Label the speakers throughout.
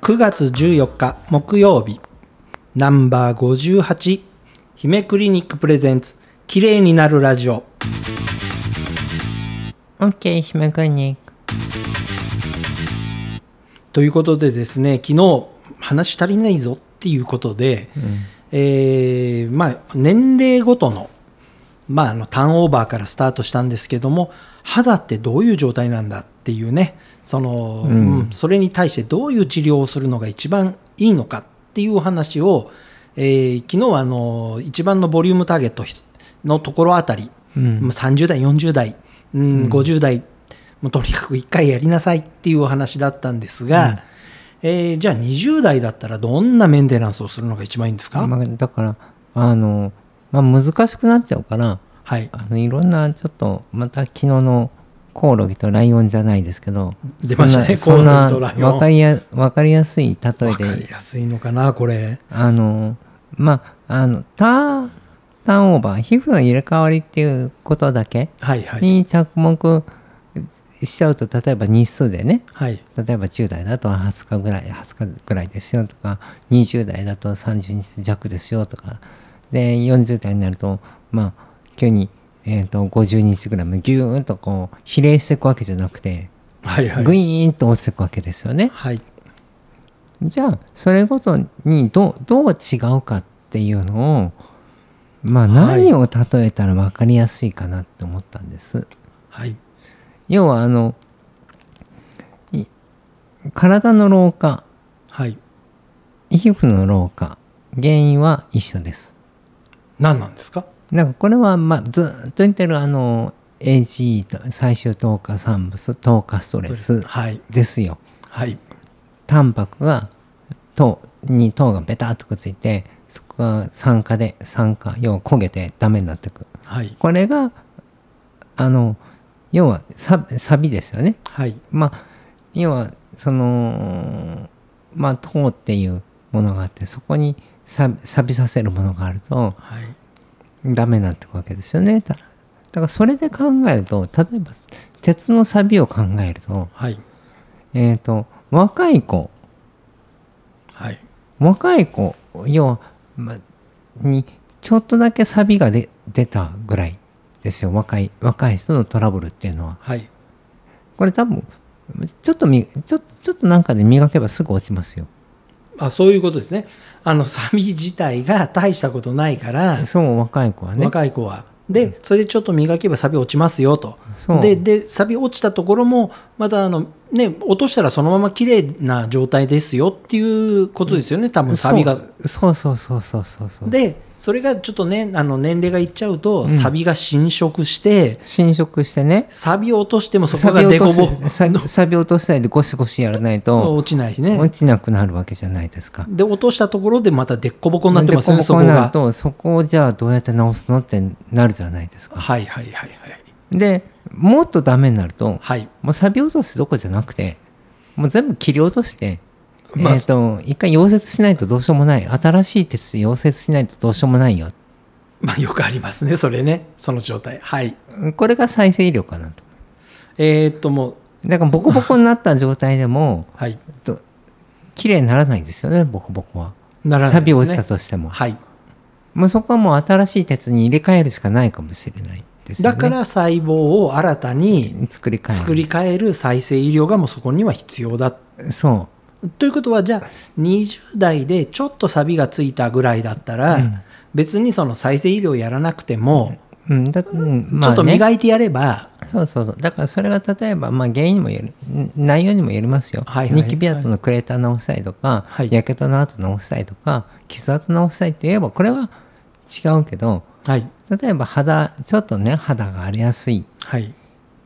Speaker 1: 9月14日木曜日ナンバー58姫クリニックプレゼンツ綺麗になるラジオ
Speaker 2: OK 姫クリニック
Speaker 1: ということでですね昨日話足りないぞっていうことで、えーまあ、年齢ごとの,、まああのターンオーバーからスタートしたんですけども肌ってどういう状態なんだっていうねその、うんそれに対してどういう治療をするのが一番いいのかっていうお話を、えー昨日はあの一番のボリュームターゲットのところあたり、もう30代40代、うん50代もうとにかく一回やりなさいっていうお話だったんですが、えーじゃあ20代だったらどんなメンテナンスをするのが一番いいんですか、
Speaker 2: まあだからあの、まあ、難しくなっちゃうから
Speaker 1: はい、
Speaker 2: あのいろんなちょっとまた昨日のコオロギとライオンじゃないですけど
Speaker 1: 出ましたね
Speaker 2: そんな
Speaker 1: コオロギとライオン
Speaker 2: 分かりやわかりやすい例え
Speaker 1: わかり
Speaker 2: で
Speaker 1: やすいのかなこれ
Speaker 2: あのまああのターンターンオーバー皮膚の入れ替わりっていうことだけ
Speaker 1: はいはい
Speaker 2: に着目しちゃうと例えば日数でね
Speaker 1: はい
Speaker 2: 例えば10代だと20日ぐらい20日ぐらいですよとか20代だと30日弱ですよとかで40代になるとまあ急に、えー、と50日ぐらいもギューンとこう比例していくわけじゃなくて
Speaker 1: はいはい
Speaker 2: グイーンと落ちていくわけですよね。
Speaker 1: はい
Speaker 2: じゃあそれごとにどうどう違うかっていうのをまあ
Speaker 1: はい
Speaker 2: 何を例えたら分かりやすいかなって思ったんです。
Speaker 1: はい
Speaker 2: 要はあのい体の老化
Speaker 1: はい
Speaker 2: 皮膚の老化原因は一緒です
Speaker 1: 何なんですか
Speaker 2: なんかこれは、まあ、ずっと言ってるあの AGE と最終糖化産物糖化ストレス
Speaker 1: はい
Speaker 2: ですよ
Speaker 1: はい
Speaker 2: タンパクが糖に糖がベタっとくっついてそこが酸化で酸化要は焦げてダメになってく
Speaker 1: はい
Speaker 2: これがあの要はさサビですよね
Speaker 1: はい
Speaker 2: まあ要はそのまあ糖っていうものがあってそこにさ錆びさせるものがあると
Speaker 1: はい
Speaker 2: ダメになってくわけですよねだだからそれで考えると例えば鉄の錆びを考えると
Speaker 1: はい
Speaker 2: えっ、と若い子
Speaker 1: はい
Speaker 2: 若い子要は、まあ、にちょっとだけ錆びがで出たぐらいですよ若い若い人のトラブルっていうのは
Speaker 1: はい
Speaker 2: これ多分ちょっとみちょちょっとなんかで磨けばすぐ落ちますよ
Speaker 1: あそういうことですねあのサビ自体が大したことないから、
Speaker 2: そう若い子はね
Speaker 1: 若い子はでそれでちょっと磨けばサビ落ちますよと
Speaker 2: そう
Speaker 1: ででサビ落ちたところもまたあのね落としたらそのまま綺麗な状態ですよっていうことですよね多分サビが
Speaker 2: そうそうそうそうそうそう
Speaker 1: でそれがちょっとねあの年齢がいっちゃうと、
Speaker 2: ん
Speaker 1: サビが侵食して
Speaker 2: 侵食してね
Speaker 1: サビを落としてもそこ
Speaker 2: サ
Speaker 1: が
Speaker 2: ビ
Speaker 1: デ
Speaker 2: 落
Speaker 1: コ
Speaker 2: と
Speaker 1: ボ
Speaker 2: し サビサビ落としないでゴシゴシやらないと
Speaker 1: 落ちないし
Speaker 2: 落
Speaker 1: ね
Speaker 2: ちなくなるわけじゃないですか。
Speaker 1: で落としたところでまたデッコボコになってますよね
Speaker 2: で
Speaker 1: そ
Speaker 2: こ
Speaker 1: こ
Speaker 2: うなる
Speaker 1: が
Speaker 2: とそこをじゃあどうやって直すのってなるじゃないですか。
Speaker 1: はいはいはいはい
Speaker 2: でもっとダメになると
Speaker 1: はい
Speaker 2: もうサビ落としどこじゃなくてもう全部切り落として、
Speaker 1: まあ
Speaker 2: えっと一回溶接しないとどうしようもない新しい鉄で溶接しないとどうしようもないよ
Speaker 1: まあよくありますねそれねその状態はい
Speaker 2: これが再生医療かなと。
Speaker 1: えー、っともう
Speaker 2: だからボコボコになった状態でも
Speaker 1: はい
Speaker 2: と綺麗にならないんですよねボコボコは。
Speaker 1: ならないですね
Speaker 2: 錆び落ちたとしても、
Speaker 1: はい
Speaker 2: もうそこはもう新しい鉄に入れ替えるしかないかもしれないですよ
Speaker 1: だ
Speaker 2: ね。
Speaker 1: から細胞を新たに
Speaker 2: 作り替える
Speaker 1: 作り変える再生医療がもうそこには必要だ
Speaker 2: そ
Speaker 1: ということはじゃあ20代でちょっとサビがついたぐらいだったら、
Speaker 2: うん
Speaker 1: 別にその再生医療やらなくても、
Speaker 2: う、うんだうんまあね、
Speaker 1: ちょっと
Speaker 2: い
Speaker 1: 磨いてやれば、
Speaker 2: そうそうそうだからそれが例えば、まあ、原因にもよるん内容にもよりますよ、
Speaker 1: はいはい
Speaker 2: ニキビ跡のクレーター直したいとか、
Speaker 1: はい
Speaker 2: やけどの跡直したいとか傷跡直したいって言えばこれは違うけど
Speaker 1: はい
Speaker 2: 例えば肌ちょっとね肌が荒れやすい、
Speaker 1: はい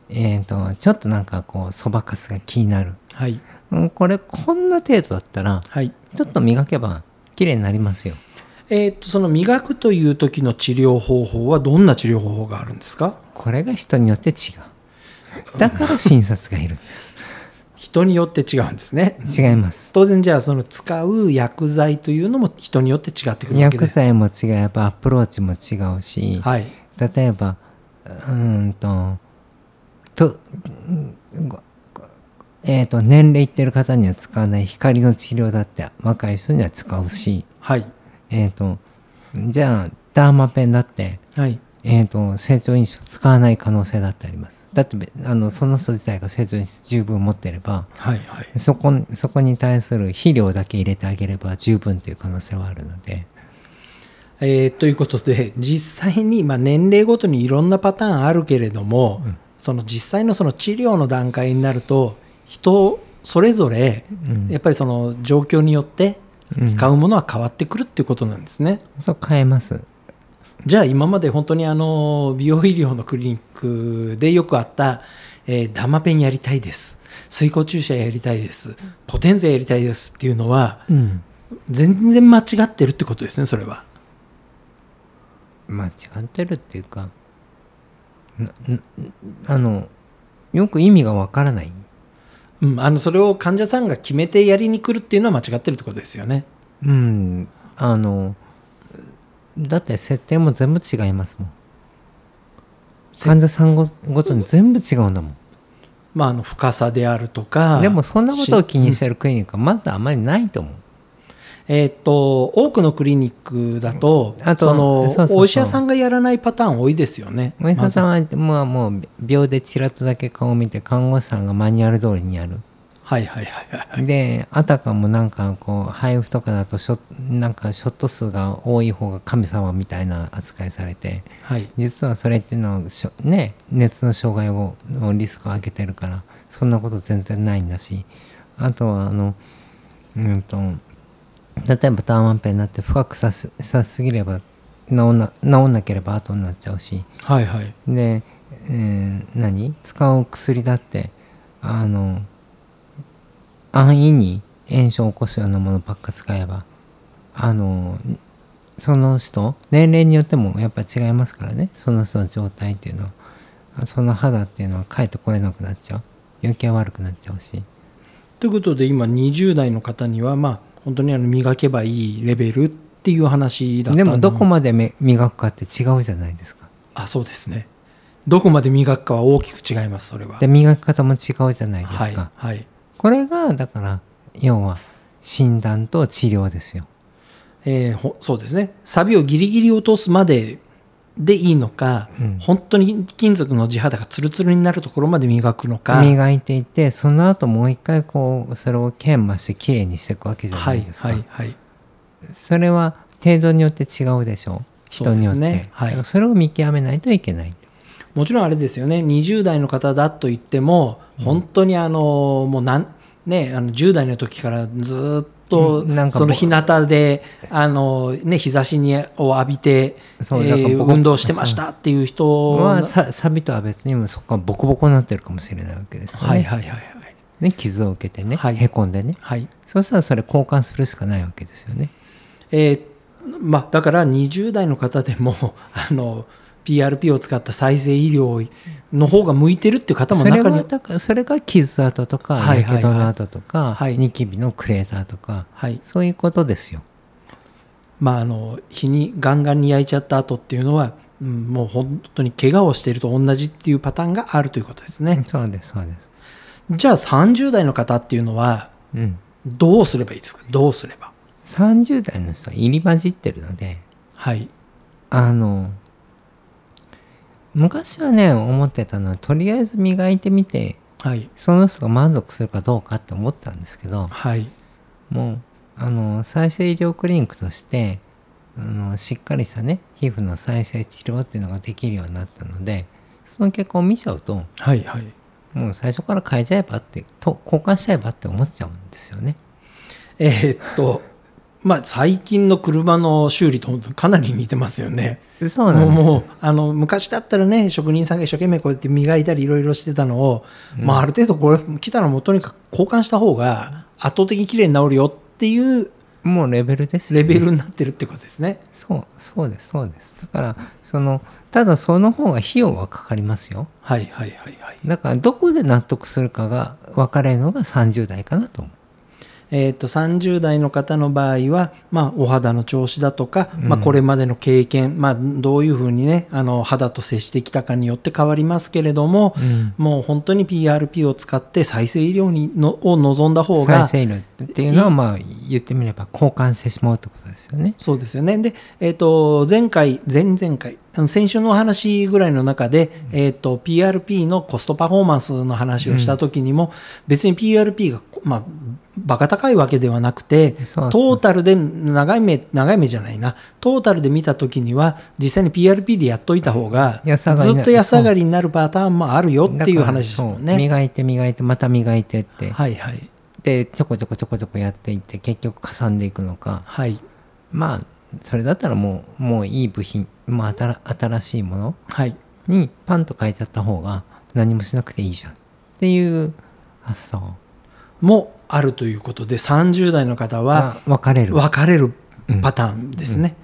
Speaker 2: えー、とちょっとなんかこうそばかすが気になる、
Speaker 1: はい
Speaker 2: うん、これこんな程度だったら
Speaker 1: はい
Speaker 2: ちょっと磨けば綺麗になりますよ。
Speaker 1: えーっとその磨くという時の治療方法はどんな治療方法があるんですか
Speaker 2: これが人によって違う。だから診察がいるんです。
Speaker 1: 人によって違うんですね
Speaker 2: 違います。
Speaker 1: 当然じゃあその使う薬剤というのも人によって違ってくるわけ
Speaker 2: 薬
Speaker 1: です
Speaker 2: 剤も違えばアプローチも違うし、
Speaker 1: はい
Speaker 2: 例えばうーんとと、うんごえー、と年齢いってる方には使わない光の治療だって若い人には使うし、
Speaker 1: はい
Speaker 2: えー、とじゃあダーマペンだって、
Speaker 1: はい
Speaker 2: えー、と成長因子を使わない可能性だってありますだってべあのその人自体が成長因子十分持ってれば
Speaker 1: はいはい
Speaker 2: そこそこに対する肥料だけ入れてあげれば十分という可能性はあるので、
Speaker 1: えーということで実際に、まあ、年齢ごとにいろんなパターンあるけれども、
Speaker 2: うん
Speaker 1: その実際のその治療の段階になると人それぞれ
Speaker 2: うん
Speaker 1: やっぱりその状況によって使うものは変わってくるっていうことなんですね。
Speaker 2: そう変えます
Speaker 1: じゃあ今まで本当にあの美容医療のクリニックでよくあった、えーダマペンやりたいです水光注射やりたいですポテンゼやりたいですっていうのは
Speaker 2: うん
Speaker 1: 全然間違ってるってことですねそれは。
Speaker 2: 間違ってるっていうかななあのよく意味がわからない
Speaker 1: うん、あのそれを患者さんが決めてやりに来るっていうのは間違ってるってことですよね。
Speaker 2: うんあのだって設定も全部違いますもん患者さんごごとに全部違うんだもん
Speaker 1: まあ、あの深さであるとか
Speaker 2: でもそんなことを気にしてるクリニックはまずあまりないと思う
Speaker 1: えーっと多くのクリニックだと
Speaker 2: あと
Speaker 1: その
Speaker 2: そうそうそう
Speaker 1: お医者さんがやらないパターン多いですよね。
Speaker 2: お医者さん
Speaker 1: ま
Speaker 2: はもうもう秒でちらっとだけ顔を見て看護師さんがマニュアル通りにやる
Speaker 1: ずはいはいはいはい。
Speaker 2: であたかもなんかこう配布とかだとショなんかショット数が多い方が神様みたいな扱いされて
Speaker 1: はい
Speaker 2: 実はそれっていうのはしょね熱の障害をのリスクを上げてるからそんなこと全然ないんだしあとはあのうんと例えばターマンペンになって深くさすさすぎれば治んな治んなければ後になっちゃうし
Speaker 1: はいはい
Speaker 2: で、えー何使う薬だってあの安易に炎症を起こすようなものばっか使えばあのその人年齢によってもやっぱ違いますからねその人の状態っていうのはその肌っていうのは帰ってこれなくなっちゃう余計悪くなっちゃうし
Speaker 1: ということで今20代の方にはまあ本当にあの磨けばいいレベルっていう話だった
Speaker 2: でもどこ
Speaker 1: ま
Speaker 2: までめ磨くかって違うじゃないですか
Speaker 1: あそうですねどこまで磨くかは大きく違いますそれは。
Speaker 2: で磨き方も違うじゃないですか、
Speaker 1: はいはい
Speaker 2: これがだから要は診断と治療ですよ
Speaker 1: えーほそうですねサビをギリギリ落とすまででいいのか、
Speaker 2: うん
Speaker 1: 本当に金属の地肌がツルツルになるところまで磨くのか
Speaker 2: 磨いていってその後もう一回こうそれを研磨してきれいにしていくわけじゃな
Speaker 1: はいい
Speaker 2: ですか、
Speaker 1: はいはい
Speaker 2: それは程度によって違うでしょ人によっ
Speaker 1: そうです
Speaker 2: てそ,、
Speaker 1: ねはい
Speaker 2: それを見極めないといけない
Speaker 1: もちろんあれですよね20代の方だと言っても本当にあの、もうなんねあの10代の時からずっと、
Speaker 2: うんなんか
Speaker 1: その
Speaker 2: ぼ
Speaker 1: 日向であのね日差しにを浴びて、え
Speaker 2: そうなんか
Speaker 1: ー
Speaker 2: ぼこ
Speaker 1: 運動してましたっていう人
Speaker 2: はさサビとは別にもうそこがボコボコになってるかもしれないわけですよね,、
Speaker 1: はいはいはいはい
Speaker 2: ね傷を受けてね、
Speaker 1: はい
Speaker 2: へこんでね
Speaker 1: はい
Speaker 2: そうしたらそれ交換するしかないわけですよね
Speaker 1: えーまあ、だから20代の方でも あの PRP を使った再生医療の方が向いてるっていう方も
Speaker 2: それ
Speaker 1: 中
Speaker 2: は
Speaker 1: に
Speaker 2: だからそれが傷跡とか
Speaker 1: はいはい
Speaker 2: や
Speaker 1: はい
Speaker 2: けどの跡とか、
Speaker 1: はい
Speaker 2: ニキビのクレーターとか、
Speaker 1: はい
Speaker 2: そういうことですよ
Speaker 1: まあ、あの日にガンガンに焼いちゃった後っていうのは、うん、もう本当に怪我をしていると同じっていうパターンがあるということですね、
Speaker 2: そうですそうです
Speaker 1: じゃあ30代の方っていうのは
Speaker 2: うん
Speaker 1: どうすればいいですかどうすれば
Speaker 2: 30代の人は入り混じってるので
Speaker 1: はい
Speaker 2: あの昔はね思ってたのはとりあえず磨いてみて
Speaker 1: はい
Speaker 2: その人が満足するかどうかって思ったんですけど
Speaker 1: はい
Speaker 2: もうあの再生医療クリニックとしてあのしっかりしたね皮膚の再生治療っていうのができるようになったのでその結果を見ちゃうと
Speaker 1: はいはい
Speaker 2: もう最初から変えちゃえばってと交換しちゃえばって思っちゃうんですよね。
Speaker 1: えーっとまあ最近の車の修理とかなり似てますよね
Speaker 2: そうなんです
Speaker 1: もうもうあの昔だったらね職人さんが一生懸命こうやって磨いたりいろいろしてたのを、まあ、ある程度これ来たらもうとにかく交換した方が圧倒的に綺麗に治るよっていう
Speaker 2: もうレベルですよ
Speaker 1: レ
Speaker 2: ね
Speaker 1: ベルになってるってことですね。
Speaker 2: そうそうですそうですだからそのただその方が費用はかかりますよ
Speaker 1: はいはいはいはい。
Speaker 2: だからどこで納得するかが分かれるのが30代かなと思
Speaker 1: えー、と30代の方の場合は、まあ、お肌の調子だとか、まあ、これまでの経験、まあ、どういうふうに、ね、あの肌と接してきたかによって変わりますけれども、
Speaker 2: うん
Speaker 1: もう本当に PRP を使って再生医療にのを望んだ方
Speaker 2: 再
Speaker 1: が
Speaker 2: 生医療っていうのはまあ言ってみれば交換してしまうってことですよね。
Speaker 1: そうですよね。で、えっ、と、前回、前々回、あの先週のお話ぐらいの中で、えっ、と、PRP のコストパフォーマンスの話をした時にも、別に PRP が、まあ、バカ高いわけではなくて、
Speaker 2: そうそう
Speaker 1: トータルで長い目、長い目じゃないな、トータルで見た時には、実際に PRP でやっといた方が、
Speaker 2: 安上がりに
Speaker 1: ず
Speaker 2: な
Speaker 1: っと安上がりになるパターンもあるよっていう話ですもん
Speaker 2: だからそ
Speaker 1: ね。
Speaker 2: う磨いて磨いてまた磨いてって、
Speaker 1: はいはい。
Speaker 2: でちょこちょこちょこちょこやっていって結局かさんでいくのか
Speaker 1: はい。
Speaker 2: まあそれだったらもうもういい部品、まあ、新新しいもの
Speaker 1: はい。
Speaker 2: にパンと変えちゃった方が何もしなくていいじゃんっていう発想
Speaker 1: もあるということで、30代の方は、
Speaker 2: は分かれる。
Speaker 1: 分かれるパターンですね。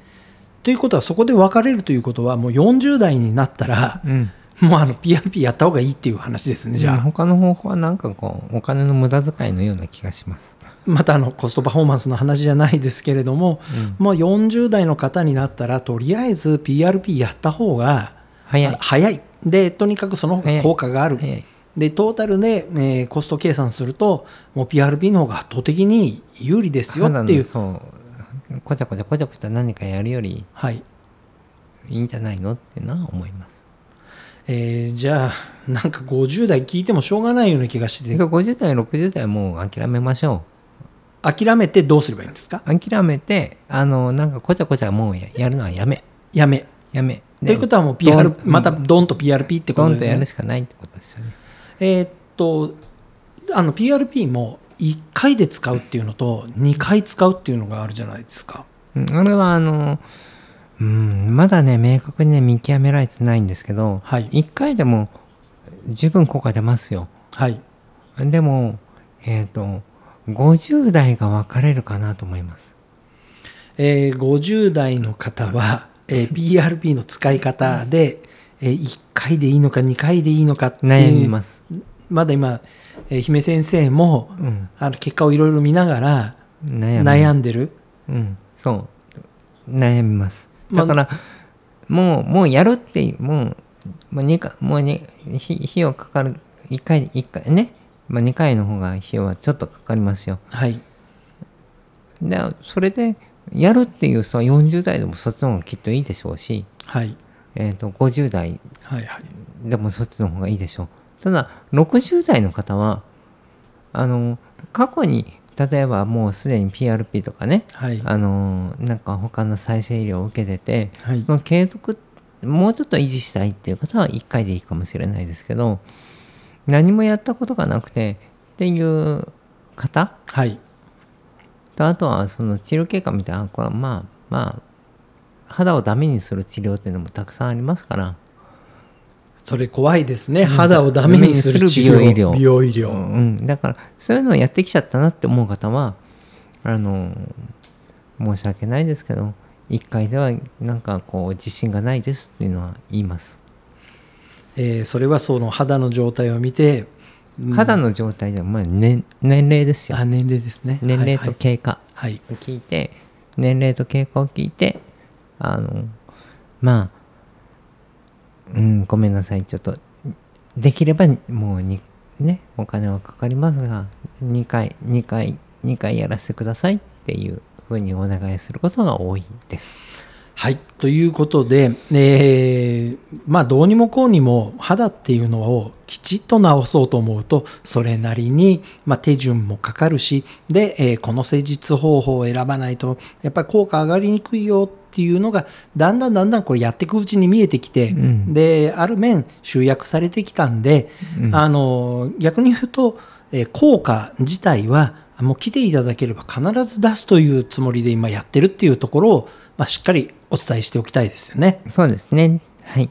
Speaker 1: ということはそこで分かれるということはもう40代になったら
Speaker 2: うん
Speaker 1: もうあの PRP やった方がいいっていう話ですねじゃ
Speaker 2: うん
Speaker 1: あ、
Speaker 2: 他の方法はなんかこうお金の無駄遣いのような気がします。
Speaker 1: またあのコストパフォーマンスの話じゃないですけれども、もう40代の方になったらとりあえず PRP やった方が
Speaker 2: 早い
Speaker 1: 早いでとにかくその方が効果がある
Speaker 2: 早い
Speaker 1: でトータルで、えーコスト計算するともう PRP の方が圧倒的に有利ですよ
Speaker 2: ただ
Speaker 1: ってい
Speaker 2: の
Speaker 1: う、
Speaker 2: そうこちゃこちゃこちゃこちゃ何かやるより
Speaker 1: はい、
Speaker 2: いいんじゃないのっていうのは思います。
Speaker 1: えーじゃあなんか50代聞いてもしょうがないような気がしてて
Speaker 2: そう50代60代はもう諦めましょ
Speaker 1: 諦めてどうすればいいんですか
Speaker 2: う諦めてあのなんかこちゃこちゃもうややるのはやめ
Speaker 1: やめ
Speaker 2: やめ
Speaker 1: ということはもう PR またドンと PRP ってこ
Speaker 2: ド
Speaker 1: と
Speaker 2: ン
Speaker 1: で
Speaker 2: と
Speaker 1: す
Speaker 2: やる
Speaker 1: ね
Speaker 2: しかないってことですよね。
Speaker 1: えーっとあの PRP も1回で使うっていうのと2回使うっていうのがあるじゃないですか
Speaker 2: うん俺はあのうんまだね明確にね見極められてないんですけど、
Speaker 1: はい
Speaker 2: 一1回でも十分効果出ますよ。
Speaker 1: はい
Speaker 2: でもえっ、と50代が分かれるかなと思います。
Speaker 1: えー50代の方は、えー PRP の使い方で、え1回でいいのか2回でいいのかっていう
Speaker 2: 悩みます。
Speaker 1: まだ今、えー姫先生も
Speaker 2: うん、
Speaker 1: あの結果をいろいろ見ながら
Speaker 2: 悩み
Speaker 1: 悩んでる
Speaker 2: うん、そう悩みます
Speaker 1: まあ
Speaker 2: だから、もうもうやるっていうもうもう2回もうね費費用かかる1回一回ね、まあ、2回の方が費用はちょっとかかりますよ
Speaker 1: はい
Speaker 2: でそれでやるっていう人は40代でもそっちの方がきっといいでしょうし、
Speaker 1: はい
Speaker 2: えー、と50代
Speaker 1: はいはい
Speaker 2: でもそっちの方がいいでしょうただ60代の方はあの過去に例えばもうすでに PRP とかね
Speaker 1: はい
Speaker 2: あのーなんか他の再生医療を受けてて、
Speaker 1: はい
Speaker 2: その継続もうちょっと維持したいっていう方は1回でいいかもしれないですけど何もやったことがなくてっていう方
Speaker 1: はい
Speaker 2: とあとはその治療経過みたいなこれはまあまあ肌をダメにする治療っていうのもたくさんありますから、
Speaker 1: それ怖いですね肌をダメにする治療
Speaker 2: ダメにする
Speaker 1: 美
Speaker 2: 美
Speaker 1: 容医
Speaker 2: う
Speaker 1: 療
Speaker 2: んうんだからそういうのをやってきちゃったなって思う方はあのー申し訳ないですけど1回ではなんかこう自信がないですっていうのは言います。
Speaker 1: えーそれはその肌の状態を見てうん
Speaker 2: 肌の状態では、まあ、年年齢ですよ
Speaker 1: あ年齢ですね
Speaker 2: 年齢と経過
Speaker 1: はいはい、
Speaker 2: を聞いて、年齢と経過を聞いてあのまあうんごめんなさいちょっとできればもうにねお金はかかりますが2回2回2回やらせてくださいっていうふうにお願いすることが多いです。
Speaker 1: はいはいということで、えーまあどうにもこうにも肌っていうのをきちっと治そうと思うとそれなりに、まあ、手順もかかるしで、えーこの施術方法を選ばないとやっぱり効果上がりにくいよっていうのがだんだんだんだんこうやっていくうちに見えてきて、
Speaker 2: ん
Speaker 1: である面集約されてきたんで、あの逆に言うと、えー効果自体はもう来ていただければ必ず出すというつもりで今やってるっていうところを、まあ、しっかりお伝えしておきたいですよね。
Speaker 2: そうですねはい